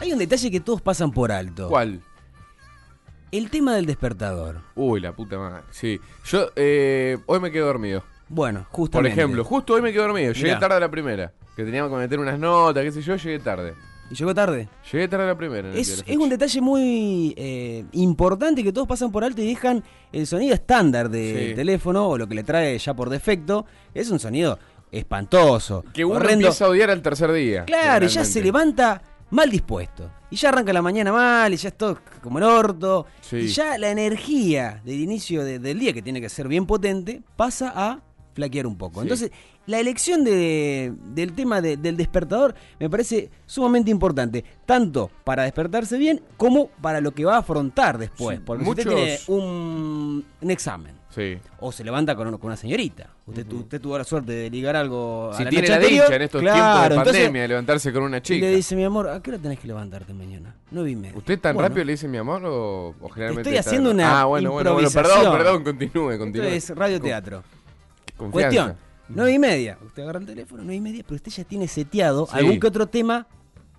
Hay un detalle que todos pasan por alto. ¿Cuál? El tema del despertador. Uy, la puta madre. Sí. Yo eh, hoy me quedé dormido. Bueno, Por justamente. ejemplo, justo hoy me quedé dormido. Llegué Mirá. tarde a la primera. Que teníamos que meter unas notas, qué sé yo, llegué tarde. ¿Y llegó tarde? Llegué tarde a la primera. en el Es, telefoncho. es un detalle muy eh, importante que todos pasan por alto y dejan el sonido estándar del Sí. teléfono o lo que le trae ya por defecto. Es un sonido espantoso. Que uno horrendo. empieza a odiar al tercer día. Claro, y ya se generalmente. levanta mal dispuesto. Y ya arranca la mañana mal, y ya es todo como el orto. Sí. Y ya la energía del inicio de- del día, que tiene que ser bien potente, pasa a flaquear un poco. Sí. Entonces, la elección de- del tema de- del despertador me parece sumamente importante, tanto para despertarse bien como para lo que va a afrontar después. Sí, porque si usted muchos- tiene un, un examen Sí. o se levanta con, un- con una señorita. Usted, tu- usted tuvo la suerte de ligar algo a Si la tiene noche la anterior, dicha en estos claro, tiempos de entonces- pandemia de levantarse con una y chica. le dice, mi amor, ¿a qué hora tenés que levantarte mañana? No vi media. ¿Usted tan Bueno, rápido le dice mi amor o, o generalmente? Estoy está- haciendo una Ah, bueno, bueno, bueno, improvisación. perdón, perdón, continúe, Esto continúe. es radioteatro. Con- confianza. Mm. Cuestión, nueve y media. Usted agarra el teléfono, nueve y media, pero usted ya tiene seteado Sí. algún que otro tema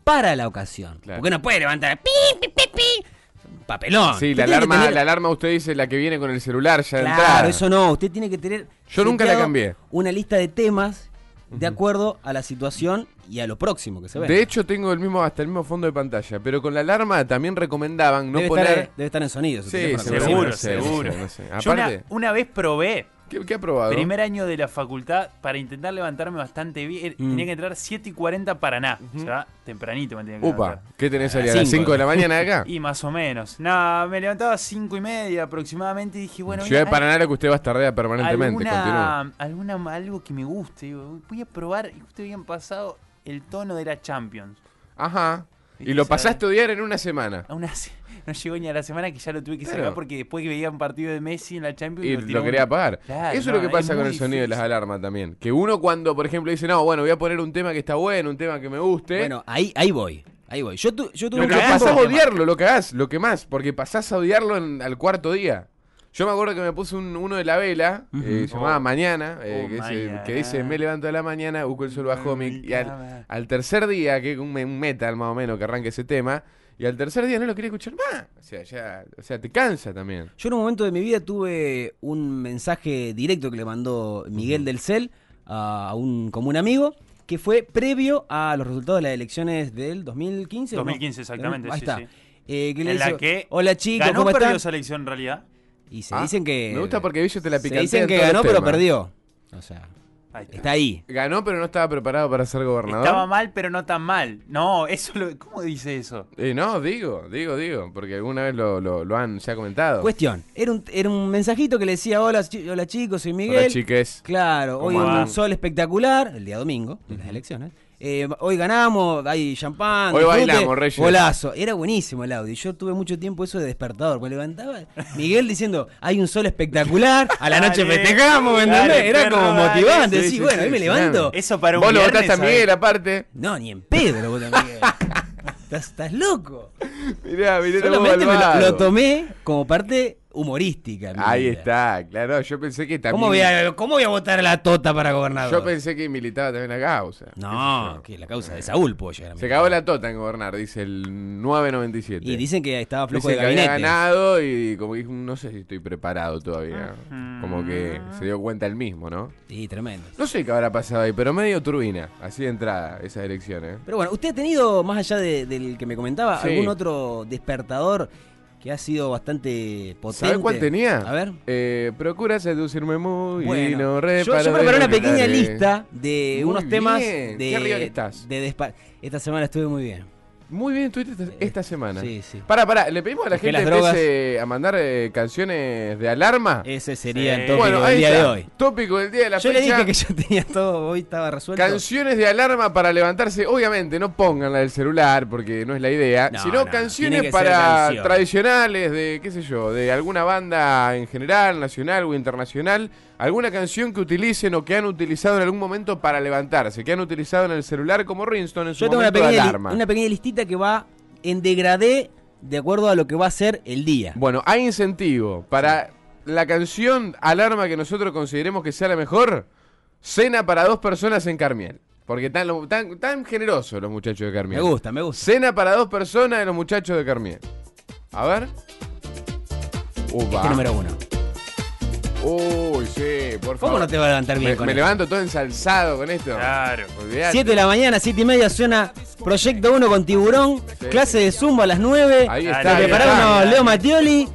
para la ocasión. Claro. Porque no puede levantar. ¡Pi, pi, pi, pi! Un Papelón. Usted Sí, la tiene que alarma, tener- la alarma usted dice la que viene con el celular ya de Claro, entrada. eso no. Usted tiene que tener. Yo nunca la seteado cambié. Una lista de temas de acuerdo a la situación y a lo próximo que se ve. De hecho, tengo el mismo, hasta el mismo fondo de pantalla, pero con la alarma también recomendaban no debe, poner. estar, debe estar en sonido. su Sí, teléfono, seguro, seguro. Seguro, no sé, no sé, seguro. no sé. Yo una- Aparte- una vez probé ¿Qué, qué ha probado? Primer año de la facultad, para intentar levantarme bastante bien, Eh, Mm. tenía que entrar 7 y 40 para nada. O sea, tempranito me tenía que Upa, levantar. ¿qué tenés ahí a Cinco. las 5 de la mañana acá? Y más o menos. Nada, me levantaba a 5 y media aproximadamente y dije, bueno, Ciudad mira, de Paraná, la que usted bastardea hay permanentemente. Continúe. alguna, alguna, algo que me guste. Digo, voy a probar, y justo habían pasado el tono de la Champions. Ajá. Sí, Y lo sabe. pasaste a odiar en una semana. A una se- no llegó ni a la semana que ya lo tuve que Claro. sacar porque después que veía un partido de Messi en la Champions... Y tiró lo un- quería apagar. Claro, Eso no, es lo que pasa con muy el sonido de las difícil. alarmas también. Que uno cuando, por ejemplo, dice, no, bueno, voy a poner un tema que está bueno, un tema que me guste. Bueno, ahí, ahí voy. Ahí voy. Yo, tu- yo tuve Pero un que tiempo- pasás a el tema. odiarlo, lo cagás, lo que más, porque pasás a odiarlo en- al cuarto día. Yo me acuerdo que me puse un- uno de la vela, eh, llamaba Oh. Mañana, eh, Oh, que, dice- mañana. que dice Me levanto de la mañana, busco el sol bajo mi. Y al, cama. al tercer día, que es un, me- un metal más o menos que arranque ese tema, y al tercer día no lo quería escuchar más. O sea, ya, o sea, te cansa también. Yo en un momento de mi vida tuve un mensaje directo que le mandó Miguel del Cel a un común amigo que fue previo a los resultados de las elecciones del 2015. ¿o no? 2015 exactamente, Ahí sí, está. sí. Eh, que le En la hizo, que Hola chicos, ganó ¿cómo perdió están? selección en realidad. Y se Ah, dicen que... Me gusta porque Billo te la Se picantea. dicen en que todos los ganó pero temas. perdió. O sea, Ahí está. está ahí. Ganó, pero no estaba preparado para ser gobernador. Estaba mal, pero no tan mal. No, eso lo, ¿cómo dice eso? Eh, no, digo, digo, digo, porque alguna vez lo, lo- lo han ya comentado. Cuestión, era un, era un mensajito que le decía, hola, chi- hola chicos, soy Miguel. Hola, chiques. Claro, hoy ¿Cómo un andan? sol espectacular, el día domingo, de las elecciones. Eh, hoy ganamos, hay champán. Hoy disfrute, bailamos, Reyes. Golazo. Era buenísimo el audio. Yo tuve mucho tiempo eso de despertador. Me levantaba Miguel diciendo, hay un sol espectacular, a la noche Dale, festejamos, ¿me entendés? dale, Era perro, como dale. motivante. Sí, Sí, sí, bueno, sí, ahí me sí, levanto. claro. Eso para un Vos lo viernes, votaste a ¿sabes? Miguel, aparte. No, ni en Pedro, vos Miguel. Estás, estás loco. Mirá, mirá cómo Solamente me lo, malvado. lo tomé como parte humorística. en mi Ahí vida. está, claro. Yo pensé que también. ¿Cómo voy, a, ¿Cómo voy a votar a la tota para gobernador? Yo pensé que militaba también la causa. Qué sé No, yo. que la causa de Saúl puedo llegar a Se mi- acabó la tota en gobernar, dice el 997. Y dicen que estaba flojo Dicen de que había gabinete. ganado y como que dijo, no sé si estoy preparado todavía. Ujú. Como que se dio cuenta el mismo, ¿no? Sí, tremendo. No sé qué habrá pasado ahí, pero medio turbina, así de entrada, esas elecciones. ¿eh? Pero bueno, ¿usted ha tenido, más allá de- del que me comentaba, Sí. algún otro despertador que ha sido bastante potente? ¿Sabés cuál tenía? A ver. Eh, procura seducirme muy y no Bueno, yo, reparo yo de preparé lo una que pequeña haré. lista de Muy unos temas bien. de, Qué arriba que estás. de despa- Esta semana estuve muy bien. Muy bien, estuviste esta, esta semana. Eh, sí, sí. Pará, pará, le pedimos a la Dejé gente las que drogas. empiece a mandar eh, canciones de alarma. Ese sería Sí. el tópico bueno, del ahí día de está. hoy. Tópico del día de la yo le fecha. dije que yo tenía todo, hoy estaba resuelto. Canciones de alarma para levantarse. Obviamente, no pongan la del celular porque no es la idea. No, sino no, tiene canciones que ser para canciones. tradicionales, de qué sé yo, de alguna banda en general, nacional o internacional. Alguna canción que utilicen o que han utilizado en algún momento para levantarse. Que han utilizado en el celular como Rinstone en su Yo tengo una momento de pequeña, li- alarma. una pequeña listita que va en degradé de acuerdo a lo que va a ser el día. Bueno, hay incentivo para la canción alarma que nosotros consideremos que sea la mejor. Cena para dos personas en Carmiel. Porque tan, lo- tan, tan generosos los muchachos de Carmiel. Me gusta, me gusta. Cena para dos personas de los muchachos de Carmiel. A ver. Upa. Este número uno. Uy, sí, por favor. ¿Cómo no te va a levantar bien me, con me esto? levanto todo ensalzado con esto. Claro. Olvidate. 7 de la mañana, 7 y media suena Proyecto 1 con Tiburón, Sí. clase de zumba a las 9. Ahí Dale, está. ahí Prepararon está. a Leo Mattioli,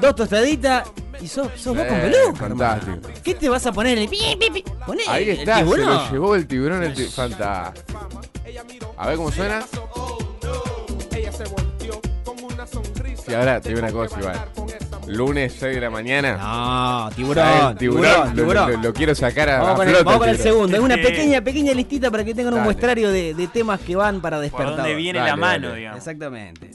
dos tostaditas y sos, sos vos Sí, con peluca. Eh, fantástico. hermano. ¿Qué te vas a poner? El pi, pi, pi? Poné Ahí el está, se tiburón. lo llevó el tiburón. El ti- Fantástico. A ver cómo suena. Ella se volteó con una sonrisa. Sí, ahora te digo una cosa, Iván. Lunes 6 de la mañana. No, Ah, el tiburón, tiburón, lo- tiburón. Lo, lo quiero sacar a, Vamos a con el, flota, vamos con el tiburón. segundo. Es una Sí. pequeña, pequeña listita para que tengan un Dale. muestrario de, de temas que van para Por despertar. dónde viene Dale, la mano, dale. digamos. Exactamente.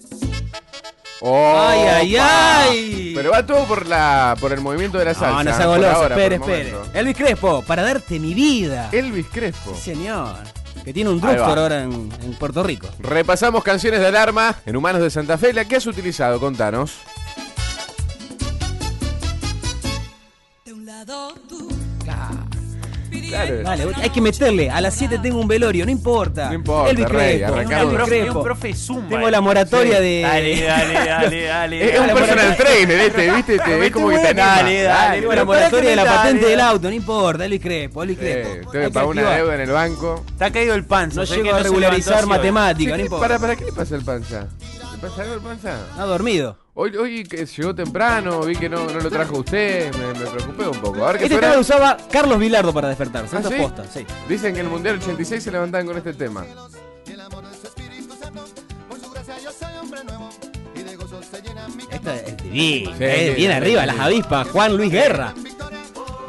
¡Opa! Ay, ay, ay. Pero va todo por la por el movimiento de la salsa. No, no por sea goloso, ahora, espere, por el espere. momento. Elvis Crespo, para darte mi vida. Elvis Crespo. Sí, señor. Que tiene un Ahí va. drugstore ahora en, en Puerto Rico. Repasamos canciones de alarma en Humanos de Santa Fe. ¿La que has utilizado? Contanos. De un lado tú. Claro. Dale, hay que meterle. A las 7 tengo un velorio, no importa. No importa, Elvis rey, Crespo. arrancamos. Ricardo. Una Elvis profe, Crespo. un profe Zumba. eh. Tengo la moratoria Sí. de. Dale, dale, dale, dale. Es un dale. personal trainer este, ¿viste? Te- Vete es como que te bueno, anima. dale, dale, Tengo pero la dale. para moratoria que de la me dale, patente dale. del auto, no importa. Elvis Crespo, Elvis Crespo. Eh, Hay tengo que que pagar una activar. deuda en el banco. Está caído el panza. No sé que llego a se regularizar levantó así hoy. matemática, no Sí, importa. ¿Para, ¿Para qué le pasa el panza? ¿Le pasa algo al panza? No ha dormido. Hoy, hoy que llegó temprano, vi que no, no lo trajo usted, me, me preocupé un poco. Ahora que Este suena- tema lo usaba Carlos Vilardo para despertarse. ¿Ah, Esto es sí? posta, sí. Dicen que en el Mundial 86 se levantaban con este tema. Esta es divina. Sí, eh, sí, bien sí, arriba, sí. las avispas. Juan Luis Guerra.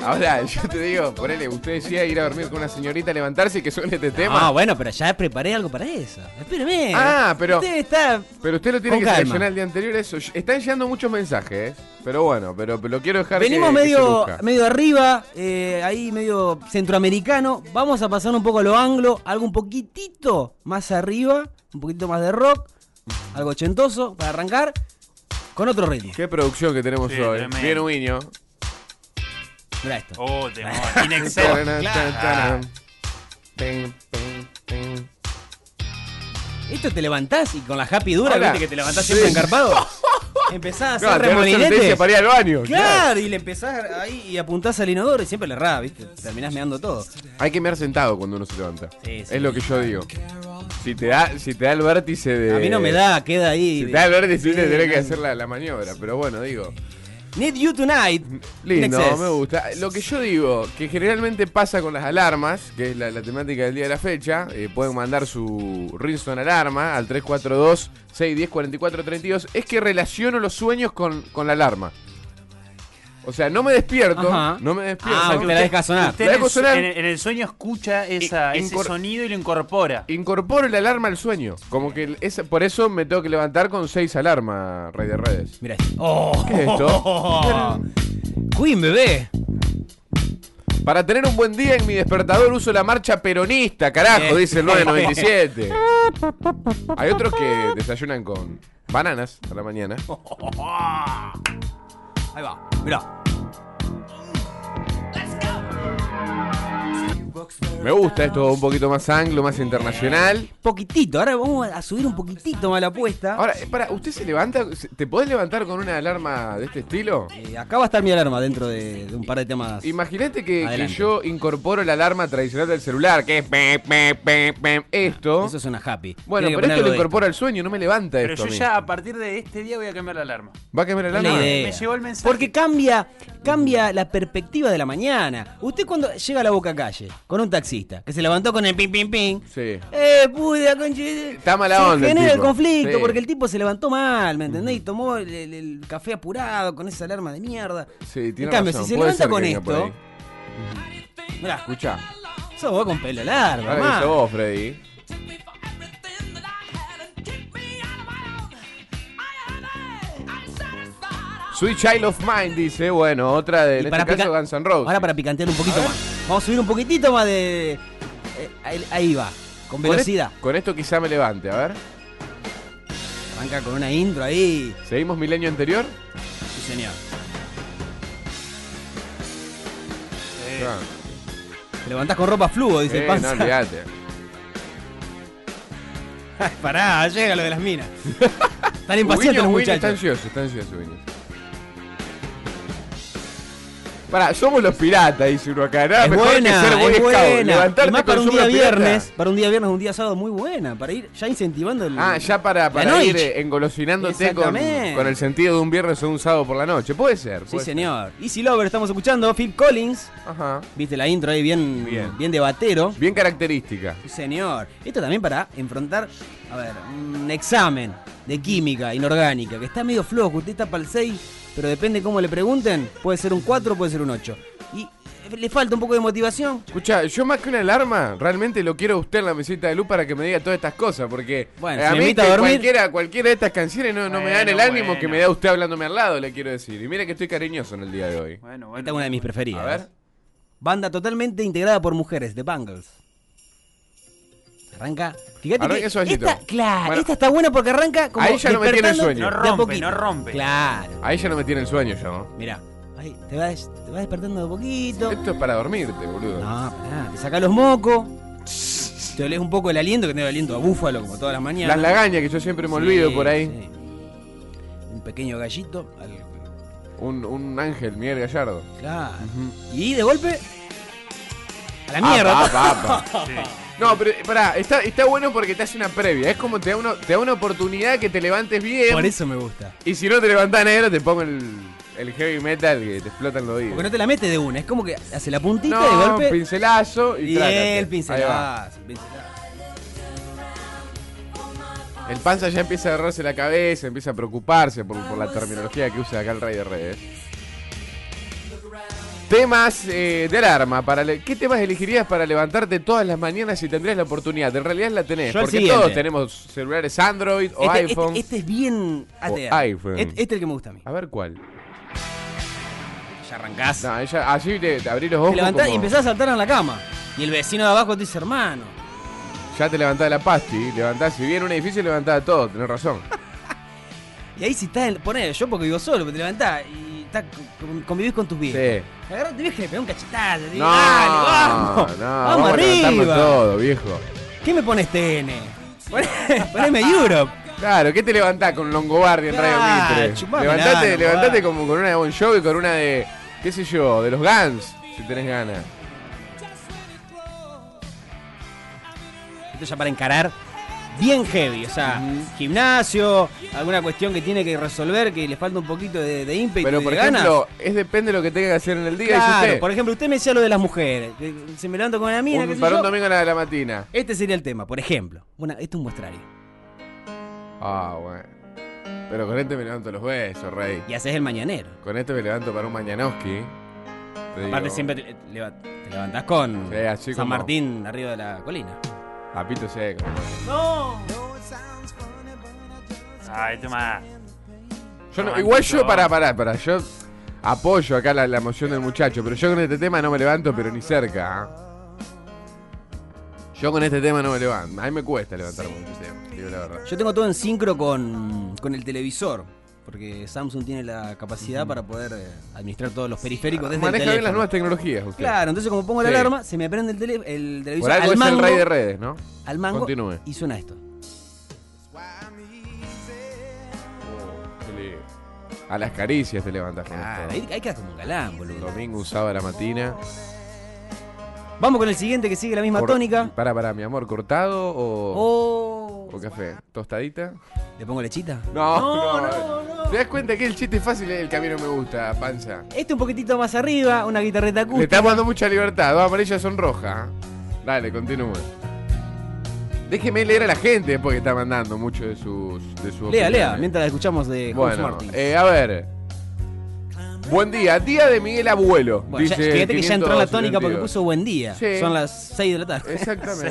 Ahora, yo te digo, ponele, usted decía ir a dormir con una señorita, levantarse y que suene este Ah, tema. bueno, pero ya preparé algo para eso. Este Espéreme. Ah, pero- Usted está. Pero usted lo tiene Con que calma. seleccionar el día anterior eso. Están llegando muchos mensajes, ¿eh? Pero bueno, pero, pero lo quiero dejar que- Venimos que se medio, luzca. medio arriba, eh, ahí medio centroamericano. Vamos a pasar un poco a lo anglo, algo un poquitito más arriba, un poquitito más de rock, algo ochentoso para arrancar, con otro ritmo. Qué producción que tenemos Sí, hoy. tremendo. Bien Uiño. Mirá esto. Oh, temor. In Excel. Claro. Esto te levantás y con la happy dura, Hola. viste que te levantás siempre Sí. encarpado. Empezás a hacer No, tenemos remolinetes. sentencia para ir al baño. Claro, y le empezás ahí y apuntás al inodoro y siempre le errás, viste. Terminás meando todo. Hay que mirar sentado cuando uno se levanta. Sí, sí. es lo que yo digo. Si te da, si te da el vértice de. A mí no me da, queda ahí. Eh, Si te da el vértice, Sí, te tenés no. que hacer la, la maniobra. Pero bueno, digo. Need You Tonight. Lindo, Nexus. me gusta. Lo que yo digo, que generalmente pasa con las alarmas, que es la, la temática del día de la fecha, eh, pueden mandar su Rinson alarma al 342-610-4432, es que relaciono los sueños con, con la alarma. O sea, no me despierto, Ajá. no me despierto. Ah, porque la dejas sonar. La Usted en dejo el, su- sonar. en, en el sueño escucha esa, I- ese incor- sonido y lo incorpora. Incorporo la alarma al sueño. Como que el- es, por eso me tengo que levantar con seis alarmas, Rey de Redes. Mira esto. Oh. ¿Qué es esto? Queen, bebé. Para tener un buen día en mi despertador uso la marcha peronista, carajo, Bien. dice el 997. Hay otros que desayunan con bananas a la mañana. Ahí va, mirá. Me gusta esto un poquito más anglo, más internacional. Poquitito, ahora vamos a subir un poquitito más la apuesta. Ahora, para, ¿usted se levanta? se- ¿Te podés levantar con una alarma de este estilo? Eh, acá va a estar mi alarma dentro de, de un par de temas. Imagínate que, que Adelante. yo incorporo la alarma tradicional del celular, que es pe, pe, pe, pe, esto. Eso es una happy. Bueno, Tiene que poner pero esto lo algo de incorpora al sueño, no me levanta Pero esto. yo a mí. ya a partir de este día voy a cambiar la alarma. ¿Va a cambiar la Es alarma? la idea. Me llegó el mensaje. Porque cambia, cambia la perspectiva de la mañana. Usted cuando llega a la boca calle con un taxista que se levantó con el ping ping ping. Sí. Eh, pude, conche. Está mala se onda el Genera el tipo. conflicto Sí. porque el tipo se levantó mal, ¿me entendés? Y tomó el, el- el café apurado con esa alarma de mierda. Sí, tiene en cambio, razón, si se puede levanta ser con que venga por esto. ahí. Mirá, Escucha, sos vos con pelo largo, ahora que hermano. sos vos, Freddy. Took me for everything that I had and kicked me out of my own. I am a- I'm satisfied. Sweet Child of Mine dice, bueno, otra de, en Y este pica- caso, Guns N' Roses. Ahora para picantear un poquito más. Vamos a subir un poquitito más de. eh, ahí, ahí va. Con Con velocidad. est- con esto quizá me levante, a ver. Arranca con una intro ahí. ¿Seguimos milenio anterior? Sí, señor. Eh, Ah, Te levantás con ropa fluo, dice eh, el no, panza. Eh, olvídate. Pará, llega lo de las minas. Están impacientes los Guiño, Guiño, Está muchachos. ansioso, está ansioso, Guiño. Pará, somos los piratas, dice uno acá. Nada Es mejor buena, que ser Boy es Scout. buena. Levantarte Y más para con un día somos los piratas. viernes, para un día viernes, un día sábado muy buena, para ir ya incentivando el Ah, ya para, Mm. la para ir noche. eh, engolosinándote con, Exactamente. con el sentido de un viernes o un sábado por la noche. Puede ser. Sí, puede ser. señor. Easy Lover, estamos escuchando Phil Collins. Ajá. Viste la intro ahí bien bien, Bien. de batero. Bien característica. Sí, señor. Esto también para enfrentar, a ver, un examen de química inorgánica, que está medio flojo, usted está para el 6, pero depende cómo le pregunten, puede ser un 4, puede ser un 8. Y eh, le falta un poco de motivación. Escucha, yo más que una alarma, realmente lo quiero a usted en la mesita de luz para que me diga todas estas cosas, porque Bueno, eh, a si me mí invita que a dormir- cualquiera, cualquiera de estas canciones no, no me dan el Bueno, ánimo que bueno. me da usted hablándome al lado, le quiero decir. Y mira que estoy cariñoso en el día de hoy. Bueno, Esta es bueno. una de mis preferidas. A ver. Banda totalmente integrada por mujeres, The Bangles. Arranca. Fíjate Arranca que suavecito. esta, claro, Bueno. esta está buena porque arranca como Ahí ya no me tiene despertando sueño. de No a rompe, poquito. no rompe. Claro. Ahí ya no me tiene el sueño yo. Mirá. Ahí te vas, te vas despertando de a poquito. Esto es para dormirte, boludo. No, pará, te saca los mocos. Te olés un poco el aliento, que tenés aliento a búfalo como todas las mañanas. Las lagañas que yo siempre me Sí, olvido por ahí. sí. Un pequeño gallito. al- Un, un ángel, Miguel Gallardo. Claro. Y de golpe. A Ah, la mierda. Apa, apa, apa. Sí. No, pero eh, pará, está, está bueno porque te hace una previa. Es como te da, uno, te da una oportunidad que te levantes bien. Por eso me gusta. Y si no te levantás negro, te pongo el, el heavy metal que te explotan los Porque oídos. no te la metes de una, es como que hace la puntita No, de golpe. pincelazo y, Y trácate. el ah, Ahí va. pincelazo, el pincelazo. El panza ya empieza a agarrarse la cabeza, empieza a preocuparse por, por la terminología que usa acá el rey de redes. Temas eh, de alarma. Para le- ¿Qué temas elegirías para levantarte todas las mañanas si tendrías la oportunidad? En realidad la tenés, Yo el porque siguiente. todos tenemos celulares Android o Este, iPhone. este- este es bien ATR. iPhone. Este, este es el que me gusta a mí. A ver cuál. Ya arrancás. No, ella, allí te, te abrís los ojos. te levantás como- y empezás a saltar en la cama. Y el vecino de abajo te dice, hermano. Ya te levantás de la pasti, levantás, si bien un edificio, levantás a todo, tenés razón. Y ahí si estás en. Poné, yo porque vivo solo, pero te levantás y estás, con- convivís con tus viejos. Sí. Te agarrás a tu vieja y le pegás un cachetazo. te digo, No, dale, vamos. no, vamos, vamos a levantarnos arriba. todo, viejo. ¿Qué me pones TN? Poné- Poneme Europe. Claro, ¿qué te levantás con Longobardi en Claro, Radio Mitre? chupame Levantate, la, levantate Longobardi. como con una de Bon Jovi, con una de, qué sé yo, de los Guns, si tenés ganas. Esto ya para encarar bien heavy, o sea, gimnasio, alguna cuestión que tiene que resolver que le falta un poquito de, de ímpetu Pero y por de ejemplo, es depende de lo que tenga que hacer en el día. ganas. dice Claro, usted. por ejemplo, usted me decía lo de las mujeres, que se me levanto con una mina, Un- qué sé para yo. un domingo a la, de la matina. Este sería el tema, por ejemplo. Bueno, este es un muestrario. Ah, bueno. Pero con este me levanto los besos, rey. Y haces el mañanero. Con este me levanto para un mañanoski. Te Aparte digo, siempre te, te leva- te levantás con Sí, así San como- Martín arriba de la colina. Papito seco. Ah, este más. Yo no- Romántico. igual yo, para, para, para, yo apoyo acá la, la emoción del muchacho, pero yo con este tema no me levanto, pero ni cerca. ¿ah? Yo con este tema no me levanto. A mí me cuesta levantarme con este tema, digo la verdad. Yo tengo todo en sincro con, con el televisor. Porque Samsung tiene la capacidad para poder eh, administrar todos los periféricos desde Maneja el teléfono. bien las nuevas tecnologías usted. Claro, entonces como pongo la Sí. alarma, se me prende el, tele- el televisor Por algo al es mango, el rey de redes, ¿no? Oh, al mango Continúe. y suena esto. Qué lindo. A las caricias te levantas con Claro, esto. Ah, ahí, ahí quedas como un galán, boludo. Domingo, un sábado a la matina. Vamos con el siguiente que sigue la misma tónica. Para, para, mi amor, ¿cortado o, Oh. o café? ¿Tostadita? ¿Le pongo lechita? No, no, eh. ¿Te das cuenta que el chiste es fácil? El camino me gusta, panza. Este un poquitito más arriba, una guitarreta Le acústica. estamos dando mucha libertad. Dos amarillas son rojas. ¿eh? Dale, continúe. Déjeme leer a la gente después que está mandando mucho de sus. De sus Lea, opiniones. lea, mientras la escuchamos de Hans Bueno, Martin. eh, a ver. Buen día, día de Miguel Abuelo. Bueno, ya- dice fíjate que ya entró en la tónica 572. porque puso buen día. Sí. Son las 6 de la tarde. Exactamente.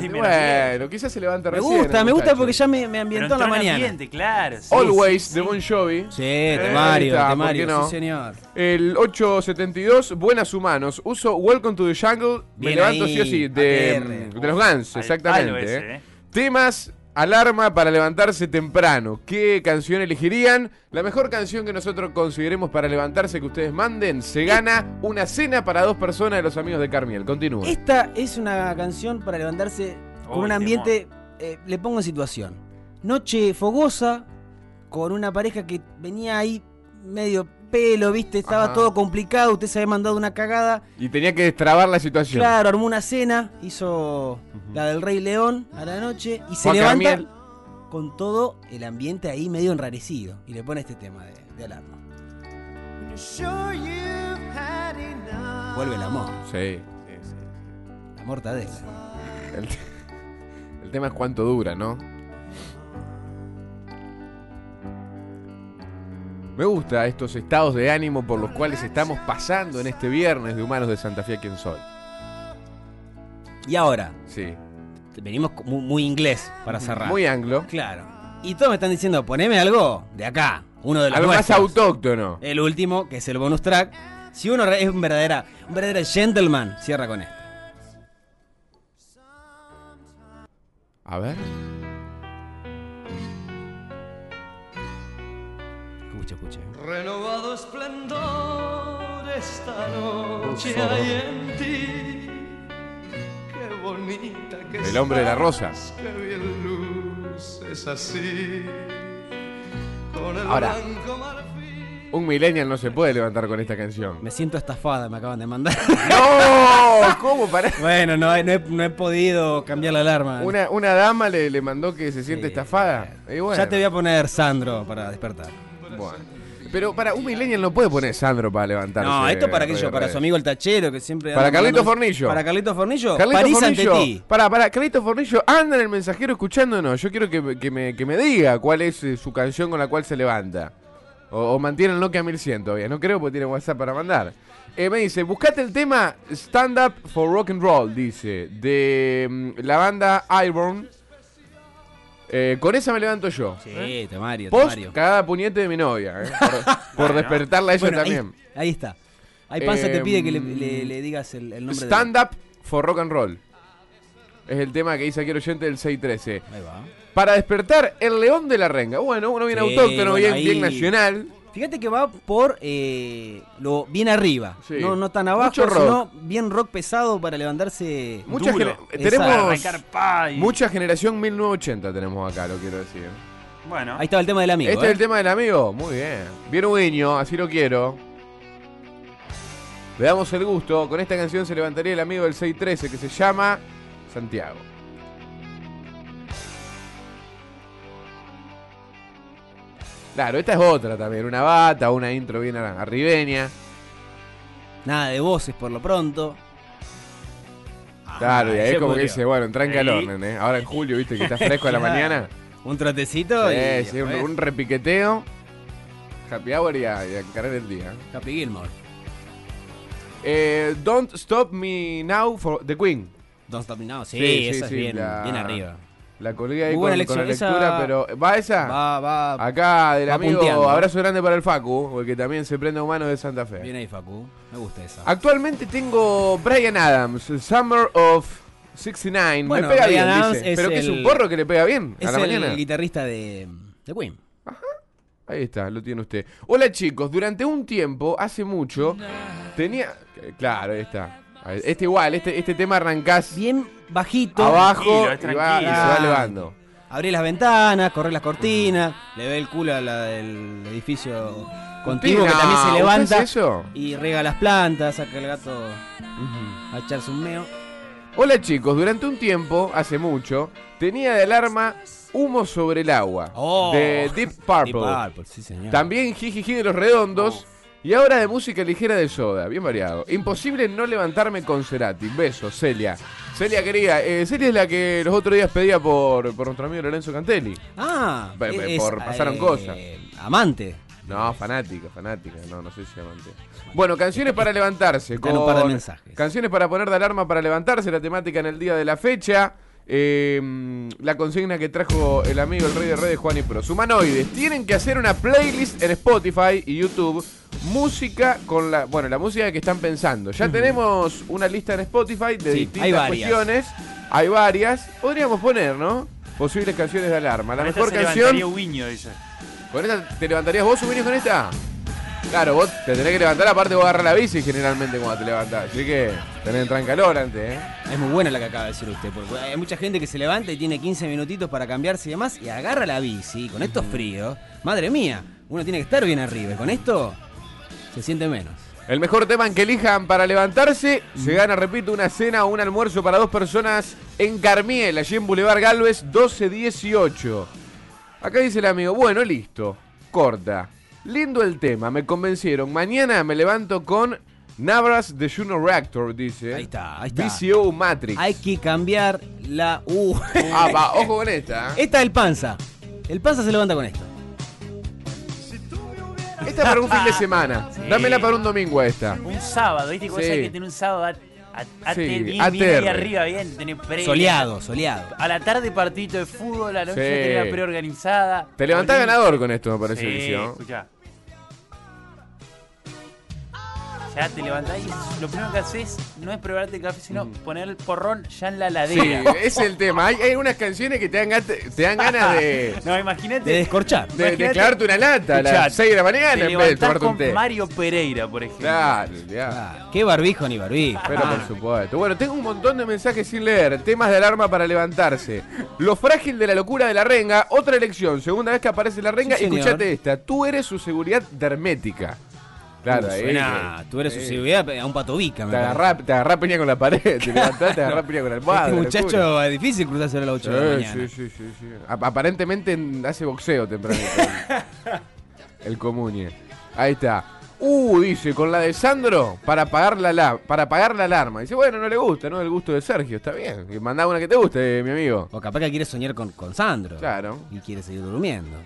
Seis menos diez. bueno, quizás se levanta Me Eh, recién. gusta, el me gusta muchacho. porque ya me, me Pero ambientó entró en la en mañana. ambiente, claro. sí, Always sí, de sí. Bon Jovi. Sí, ahí temario, Eh, está, ¿por temario, qué no? sí señor. El 872, buenas humanos. Uso Welcome to the Jungle. Me Bien levanto ahí, sí o sí. De, ATR. de los Guns, Al palo exactamente. ese, eh. eh. Temas, alarma para levantarse temprano. ¿Qué canción elegirían? La mejor canción que nosotros consideremos para levantarse que ustedes manden se gana una cena para dos personas de los amigos de Carmiel. Continúa. Esta es una canción para levantarse con Uy, un ambiente. eh, le pongo en situación. noche fogosa con una pareja que venía ahí medio pelo, viste, estaba Ajá. todo complicado, usted se había mandado una cagada. Y tenía que destrabar la situación. Claro, armó una cena, hizo la del Rey León a la noche y se Juan levanta Carmiel. con todo el ambiente ahí medio enrarecido y le pone este tema de, de alarma. Vuelve el amor, Sí, sí, sí. la mortadela. El, te- el tema es cuánto dura, ¿no? Me gusta estos estados de ánimo por los cuales estamos pasando en este viernes de Humanos de Santa Fe a quien soy. Y ahora, Sí. venimos co- muy, muy inglés para cerrar. Muy anglo. claro. Y todos me están diciendo, poneme algo de acá, uno de los Algo más nuestros". Eh. autóctono. El último, que es el bonus track. Si uno re- es un verdadera, un verdadero gentleman, cierra con esto. A ver. Escucha, escucha. Renovado esplendor esta noche hay en ti. Qué bonita que El hombre de la rosa. estás, Qué bien luces así. Con el Ahora. blanco marfil. Un millennial no se puede levantar con esta canción. Me siento estafada, me acaban de mandar. ¡No! ¿Cómo para? bueno, no, he- no, he, no he podido cambiar la alarma. Una, una dama le, le mandó que se siente estafada. Y bueno. Ya te voy a poner Sandro para despertar. Bueno. Pero para un millennial no puede poner Sandro para levantarse. No, esto para aquello, Rey para Rey. su amigo el tachero que siempre. Para anda Carlito mandando- Fornillo. Para Carlito Fornillo. Carlito París Fornillo, ante ti. Para, para, Carlito Fornillo, anda en el mensajero escuchándonos. Yo quiero que, me- que me, que me diga cuál es eh, su canción con la cual se levanta. O, o mantiene el Nokia 1100 todavía. No creo porque tiene WhatsApp para mandar. Eh, me dice, buscate el tema Stand Up for Rock and Roll, dice, de mm, la banda Iron. Eh, con esa me levanto yo. Sí, Temario, ¿Eh? Post Temario. cagada puñete de mi novia. eh, por, por despertarla a ella Bueno, ahí, también. ahí está. Ahí Panza te Em, pide que le, le- le digas el, el nombre de- Stand Up for Rock and Roll. Es el tema que dice aquí el oyente del 613. Ahí va. Para despertar el león de la renga. Bueno, uno bien Sí, autóctono, bueno, bien, ahí- bien nacional. Fíjate que va por eh, lo bien arriba, Sí. no, no tan abajo, Mucho rock. sino bien rock pesado para levantarse. Mucha Duro. gener- Exacto. Para tenemos arrancar pa y- mucha generación 1980 tenemos acá, lo quiero decir. Bueno, Ahí estaba el tema del amigo. este ¿eh? es el tema del amigo. Muy bien. Bien niño, así lo quiero. Le damos el gusto. Con esta canción se levantaría el amigo del 613 que se llama Santiago. Claro, esta es otra también. Una bata, una intro bien a- arribeña. Nada de voces por lo pronto. Claro, y ahí ahí se como que pudrió. dice, bueno, entra en Ahí. calor, nene. Ahora en julio, viste, que está fresco a la mañana. Un trotecito y Sí, sí, un, después un repiqueteo. Happy hour y a, y a encarar el día. Happy Gilmore. Eh, Don't Stop Me Now for The Queen. Don't Stop Me Now, sí, Sí, sí, esa es sí, bien, la- bien arriba. La colgué ahí Muy buena con, con la Uh, elección, lectura, esa- pero. ¿Va esa? Va, va. Acá del va amigo, punteando. abrazo grande para el Facu, porque también se prende a humano de Santa Fe. Bien ahí, Facu. Me gusta esa. Ah, Actualmente tengo Brian Adams, Summer of 69. Bueno, Me pega Bryan bien, Adams dice. es Pero que es un el- porro que le pega bien es a la el mañana. guitarrista de, de Queen. Ahí está, lo tiene usted. Hola chicos, durante un tiempo, hace mucho, tenía... eh, Claro, ahí está. A ver, Este igual, este, este tema arrancás Bien bajito. abajo Tranquilo, es y, va, y se va tranquilo. elevando. Abrí las ventanas, corré las cortinas, le ve el culo a la del edificio contiguo que Tina, también se ¿usted levanta. hace eso? Y rega las plantas, saca el gato a echarse un meo. Hola chicos, durante un tiempo, hace mucho, tenía de alarma humo sobre el agua. Oh. De Deep Purple. Y Purple, sí, señor. También Jijiji de los Redondos. Y ahora de música ligera de soda, bien variado. Imposible no levantarme con Cerati. Besos, Celia. Celia querida, eh, Celia es la que los otros días pedía por, por nuestro amigo Lorenzo Cantelli. Ah, Pe- pe- por- pasaron cosas. Amante. No, fanática, fanática. No, no sé si amante. Bueno, canciones para levantarse. Están un par de mensajes. Canciones para poner de alarma para levantarse, la temática en el día de la fecha. eh, la consigna que trajo el amigo el rey de redes Juan y Pros. Humanoides, tienen que hacer una playlist en Spotify y YouTube. Música con la. Bueno, la música que están pensando. Ya tenemos una lista en Spotify de Sí, hay distintas varias. cuestiones. Hay varias. Podríamos poner, ¿no? Posibles canciones de alarma. La con esta mejor se canción. levantaría Guiño, dice. ¿Con esta te levantarías vos, Subinios, con esta? Claro, vos te tenés que levantar, aparte vos agarrás la bici generalmente cuando te levantás. Así que tenés que entrar en calor antes, ¿eh? Es muy buena la que acaba de decir usted, porque hay mucha gente que se levanta y tiene 15 minutitos para cambiarse y demás y agarra la bici con estos fríos. Madre mía, uno tiene que estar bien arriba y con esto se siente menos. El mejor tema en que elijan para levantarse se gana, repito, una cena o un almuerzo para dos personas en Carmiel, allí en Boulevard Galvez 1218. Acá dice el amigo, bueno, listo, corta. Lindo el tema, me convencieron. Mañana me levanto con Navras de Juno Reactor, dice. Ahí está, ahí está. BCO Matrix. Hay que cambiar la U. Ah, va, ojo con esta. ¿eh? Esta del panza. El panza se levanta con esto. Esta para un fin de semana. Dámela para un domingo esta. Un sábado, ¿viste? Vos Sí. sabés que tiene un sábado a, a, a Sí, bien, bien ATR. ahí arriba, bien. Tenés previa. Soleado, soleado. A la tarde partidito de fútbol, a la noche Sí. tenés la preorganizada. Te levantás Volvés. ganador con esto, me parece, Sí, Licio, ¿no? escuchá. Ya te levantás y lo primero que haces no es prepararte el café, sino poner el porrón ya en la Mm. Sí, ladera. es el tema. Hay, hay unas canciones que te dan, gat- te dan ganas de, No, De imagínate. descorchar. de, de Imagínate- clavarte una lata a Escuchá, las 6 de la mañana Te en vez de levantás tomarte un con té. Mario Pereira, por ejemplo. Claro, ya. Ah, qué barbijo ni barbijo. Pero Ah, por supuesto. Bueno, tengo un montón de mensajes sin leer. Temas de alarma para levantarse. Lo frágil de la locura de la renga. Otra elección. Segunda vez que aparece la renga. Sí, señor. Escuchate esta. Tú eres su seguridad hermética. Uh, Claro, ahí. suena- tú eres su seguridad a un patobica, me Te parece. agarrá, te agarrá piña con la pared. Te levantás, te agarrá piña con el almohada. Este locura. muchacho es difícil cruzarse a las 8 de la mañana. Sí, sí, sí, sí. Ap- Aparentemente en- hace boxeo temprano. el comuñe. Ahí está. Uh, dice, con la de Sandro para pagar la, la- para pagar la alarma. Dice, bueno, no le gusta, ¿no? El gusto de Sergio, está bien. Y Mandá una que te guste, eh, mi amigo. O capaz que quiere soñar con, con Sandro. Claro. Y quiere seguir durmiendo.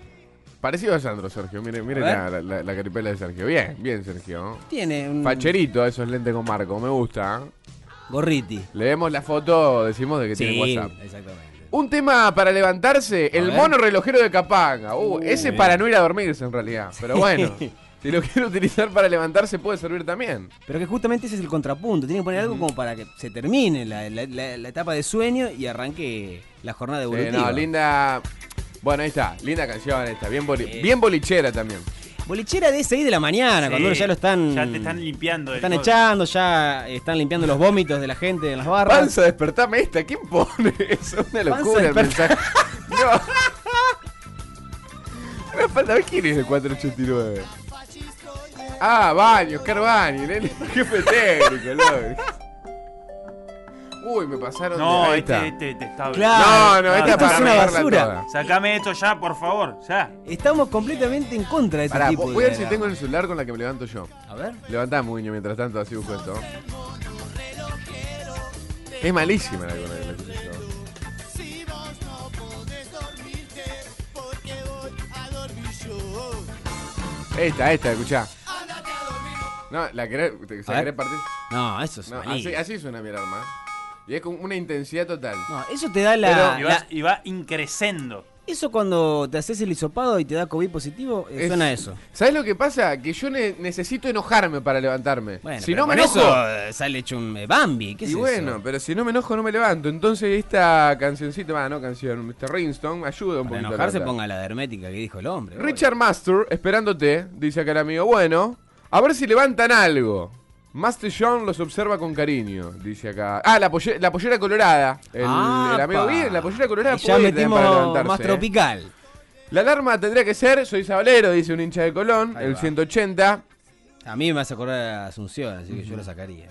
Parecido a Sandro, Sergio. Mire, mire A la, ver. la- la caripela de Sergio. Bien, bien, Sergio. Tiene un Facherito, esos lentes con marco, me gusta. ¿eh? gorriti. Leemos la foto, decimos de que tiene Sí, WhatsApp. exactamente. Un tema para levantarse, el ver. mono relojero de Capanga. Uh, Uh, ese bien. para no ir a dormirse en realidad. Pero bueno, si lo quiero utilizar para levantarse puede servir también. Eh, Pero que justamente ese es el contrapunto. Tiene que poner algo como para que se termine la, la- la- la etapa de sueño y arranque la jornada Sí, evolutiva. no, linda. Bueno, ahí está. Linda canción esta. Bien, boli- bien bolichera también. Bolichera de 6 de la mañana, Sí, cuando uno ya lo están. ya te están limpiando del Están codo. echando, ya están limpiando los vómitos de la gente en las barras. Panza, despertame esta. ¿Quién pone eso? Una locura el desperta- mensaje. No. Una falta. ¿Quién es el 489? Ah, Baño, Oscar Baño, el jefe técnico, loco. Uy, me pasaron de... No, ahí este, está. este, este está Claro. No, no, Ah, esta esto para es una regarla basura. toda. Sacame esto ya, por favor. Ya. Estamos completamente en contra de este Pará, tipo voy de. a ver si de- tengo el celular con la que me levanto yo. A ver. Levantá, Muño, mientras tanto, así busco esto. Es malísima la con la que me puse yo. Esta, esta, escuchá. No, la querés, te- se A la ver. querés partir. No, eso es. No, malísimo. así, así suena mi alarma. Y es con una intensidad total. No, eso te da la. Y, va, la- y va increciendo. Eso cuando te haces el hisopado y te da COVID positivo, eh, suena a eso. ¿Sabes lo que pasa? Que yo ne- necesito enojarme para levantarme. Bueno, si pero no me con enojo, eso eh, sale hecho un eh, Bambi. ¿Qué es Y eso? bueno, pero si no me enojo no me levanto. Entonces esta cancioncita, va, no canción, Mr. Rinstone, ayuda un Para poquito. a enojarse levantar. ponga la de hermética que dijo el hombre. Richard Master, esperándote, dice acá el amigo, bueno, a ver si levantan algo. Master John los observa con cariño, dice acá. Ah, la, polle- la pollera colorada. El, Ah, el amigo pa. bien, la pollera colorada Y ya puede ir también para metimos levantarse. más eh. tropical. La alarma tendría que ser, soy sabalero, dice un hincha de Colón, Ahí el va. 180. A mí me hace acordar a Asunción, así que yo lo sacaría.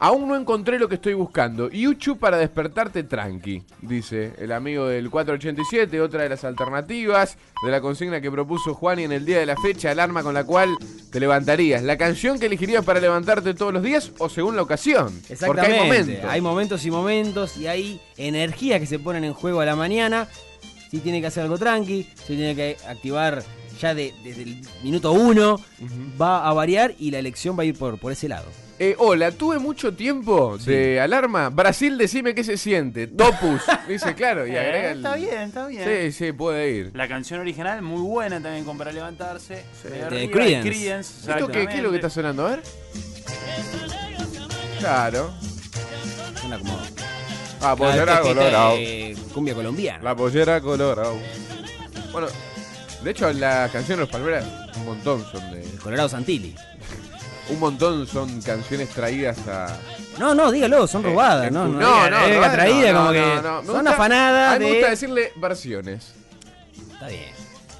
Aún no encontré lo que estoy buscando. Yuchu para despertarte tranqui, dice el amigo del 487, otra de las alternativas de la consigna que propuso Juan y en el día de la fecha, alarma con la cual te levantarías. La canción que elegirías para levantarte todos los días o según la ocasión. Porque hay momentos. Hay momentos y momentos y hay energías que se ponen en juego a la mañana. Si tiene que hacer algo tranqui, si tiene que activar ya de- desde el minuto uno, va a variar y la elección va a ir por, por ese lado. Eh, hola, tuve mucho tiempo de alarma. Brasil, decime qué se siente. Topus. Dice, claro, y agrega Eh, el- Está bien, está Sí, bien. sí, puede ir. La canción original, muy buena también como para levantarse. De arriba, Creedence. Creedence, ¿Esto qué, qué es lo que está sonando? A ver. Claro. Suena como Ah, puede ser Claro, algo, esta- esta logrado. es, eh, cumbia colombiana. La pollera colorado. Bueno, De hecho, las canciones de los Palmeras, un montón son de. Colorado Santilli. Un montón son canciones traídas a. No, no, dígalo, son robadas, ¿no? Eh, no, diga- no, eh, no, traída, no, como no, que no, no. Me son gusta- afanadas A mí de- me gusta decirle versiones. Está bien.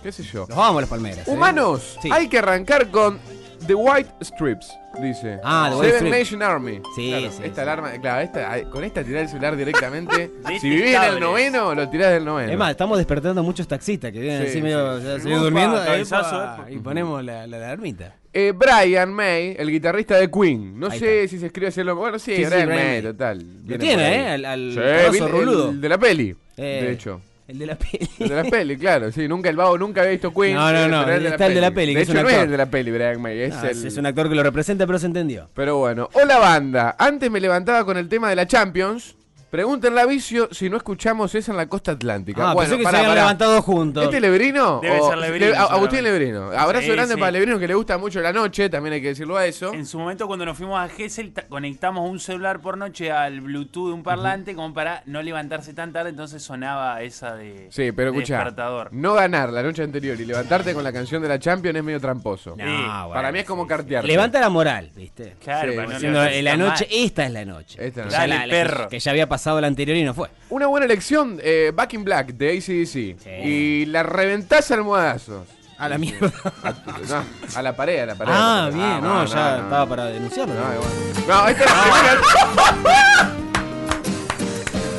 ¿Qué sé yo? Los vamos las palmeras. ¿eh? Humanos, Sí. hay que arrancar con The White Strips, dice. Ah, The White Seven Strips. Nation Army. Sí, Claro, sí, Esta sí. alarma, claro, esta, ay, con esta tirás el celular directamente. si Detestables. vivís en el noveno, lo tirás del noveno. Es más, estamos despertando muchos taxistas que vienen Sí, así sí, medio ya se Upa, vienen durmiendo. cabezazo, epa, epa. y ponemos la, la alarmita. Eh, Brian May, el guitarrista de Queen. No Ahí sé si se escribe así el nombre. Bueno, sí, Sí, sí, Brian, Brian May, May. total. Viene tiene, por ahí. ¿eh? Al- al Sí, grosso viene- ruludo. el de la peli, Eh, de hecho. El de la peli. El de la peli, claro, sí. Nunca el vago nunca había visto Queen. No, no, eh, no, pero está el de la peli, que De es hecho, un no es actor. el de la peli, Brian May. Es, No, el, Ah, es un actor que lo representa, pero se entendió. Pero bueno, hola banda. Antes me levantaba con el tema de la Champions. Pregúntenle a Vicio si no escuchamos esa en la costa atlántica. Ah, bueno, pensé que se pará, habían pará. levantado juntos. ¿Este Lebrino? Debe O- ser Lebrino, Le- A- Agustín seguramente. Lebrino. Abrazo Sí, grande sí. para Lebrino que le gusta mucho la noche, también hay que decirlo a eso. En su momento, cuando nos fuimos a Gessel, ta- conectamos un celular por noche al Bluetooth de un parlante como para no levantarse tan tarde, entonces sonaba esa de Sí, pero de escuchá, despertador. no ganar la noche anterior y levantarte con la canción de la Champions es medio tramposo. No, Sí, bueno, para mí es como sí, sí. cartear. Levanta la moral, ¿viste? Claro, Sí, para no Diciendo, diciendo, levantarse "Eh, la tan noche, mal. esta es la noche. Esta es Que la ya noche. Dale, que- perro. Que ya había pasado la anterior y no fue. Una buena elección, eh, Back in Black de ACDC. Y la reventás a almohadazos. A la mierda. A, no, a la pared, a la pared. Ah, bien, no, bueno, ya no, estaba Ah. no. para denunciarlo. No, igual. No, este esta es la primera-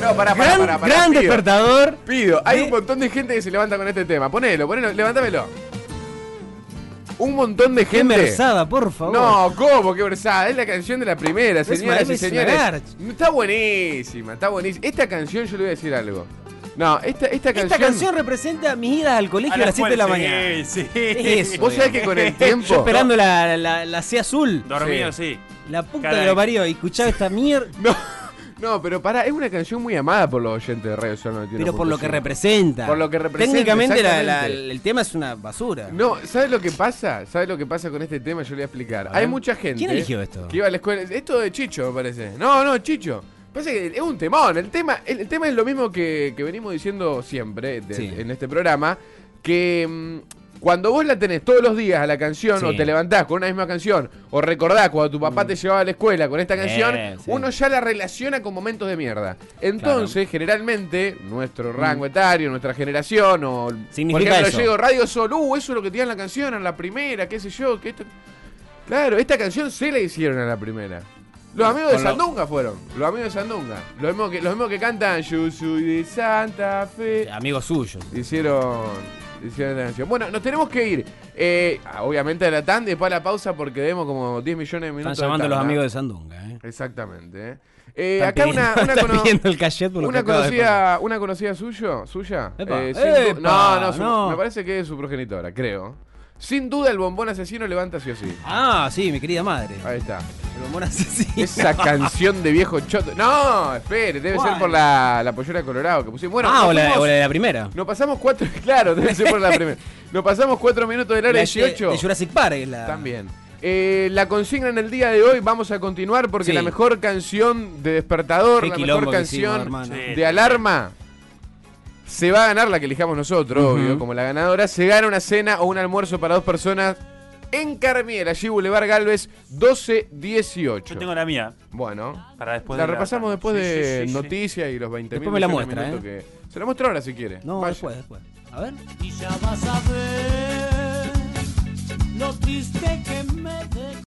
No, pará, pará, gran pará. pará, gran pido, despertador. Pido, hay de- un montón de gente que se levanta con este tema. Ponelo, ponelo, levántamelo. Un montón de Qué gente. merzada, por favor. No, ¿cómo? Qué versada. Es la canción de la primera, señoras una- y es una señores. garch. Está buenísima, está buenísima. Esta canción, yo le voy a decir algo. No, esta, esta canción. Esta canción representa mis idas al colegio a, las 7 de la escuela, mañana. Sí, sí. Es eso. Vos sabés que con el Yo tiempo. esperando la, la, la C azul. Dormido, sí. La puta Caray. que lo parió. Y escuchaba esta mierda. No, no, pero pará, es una canción muy amada por los oyentes de Radio Sol 91.5. Pero por lo que representa. Por lo que representa, Técnicamente la- la- exactamente. el tema es una basura. No, ¿sabes lo que pasa? ¿Sabes lo que pasa con este tema? Yo le voy a explicar. Hay mucha gente. ¿Quién eligió esto? Que iba a la escuela. Esto de Chicho, me parece. No, no, Chicho. Pasa que es un temón. El tema, el, el tema es lo mismo que, que venimos diciendo siempre de- Sí. en este programa. Que. mm, cuando vos la tenés todos los días a la canción, Sí. Mm. o te levantás con una misma canción, o recordás cuando tu papá te llevaba a la escuela con esta canción, Eh, sí. uno ya la relaciona con momentos de mierda. Entonces, generalmente, nuestro rango etario, nuestra generación, o por Significa ejemplo, eso. yo digo Radio Sol, uh, eso es lo que tenían la canción en la primera, qué sé yo, que esto. Claro, esta canción se la hicieron a la primera. Los amigos de Con lo- Sandunga fueron, los amigos de Sandunga. Los mismos que, los mismos que cantan Yo soy de Santa Fe. Amigos suyos. Hicieron, hicieron la canción. Bueno, nos tenemos que ir. Eh, obviamente a la tanda y después a la pausa porque debemos como 10 millones de Están minutos. de llamando a los tanda. amigos de Sandunga. ¿eh? Exactamente. eh. Eh, Están acá pidiendo- una, una están cono- pidiendo el cachet por lo una que acaba de conocida, una conocida suyo, suya. eh, Epa. sin du- Epa, no, no, su- no. me parece que es su progenitora, creo. Sin duda el bombón asesino levanta sí o sí. Ah, sí, mi querida madre. Ahí está. El bombón asesino. Esa canción de viejo choto. No, espere, debe ser ¿Cuál? por la, la pollera de colorado que pusimos. Bueno, ah, nos o la, fuimos- o la de la primera. nos pasamos cuatro, claro, debe ser por la primera. Nos pasamos cuatro minutos del hora La de- 18. De Jurassic Park. es La... También. Eh, la consigna en el día de hoy vamos a continuar porque Sí. la mejor canción de despertador, Qué la quilombo mejor que hicimos, canción hermano. Sí. de alarma se va a ganar la que elijamos nosotros, obvio, como la ganadora. Se gana una cena o un almuerzo para dos personas en Carmiel, allí Boulevard Galvez, 1218. Yo tengo la mía. Bueno, Para después la de la- repasamos después Sí, de sí, sí, sí. noticias y los 20 Después me la muestra, ¿eh? Se la muestro ahora si quiere. No, Vaya. después, después. A ver. Y ya vas a ver lo triste que me dejó.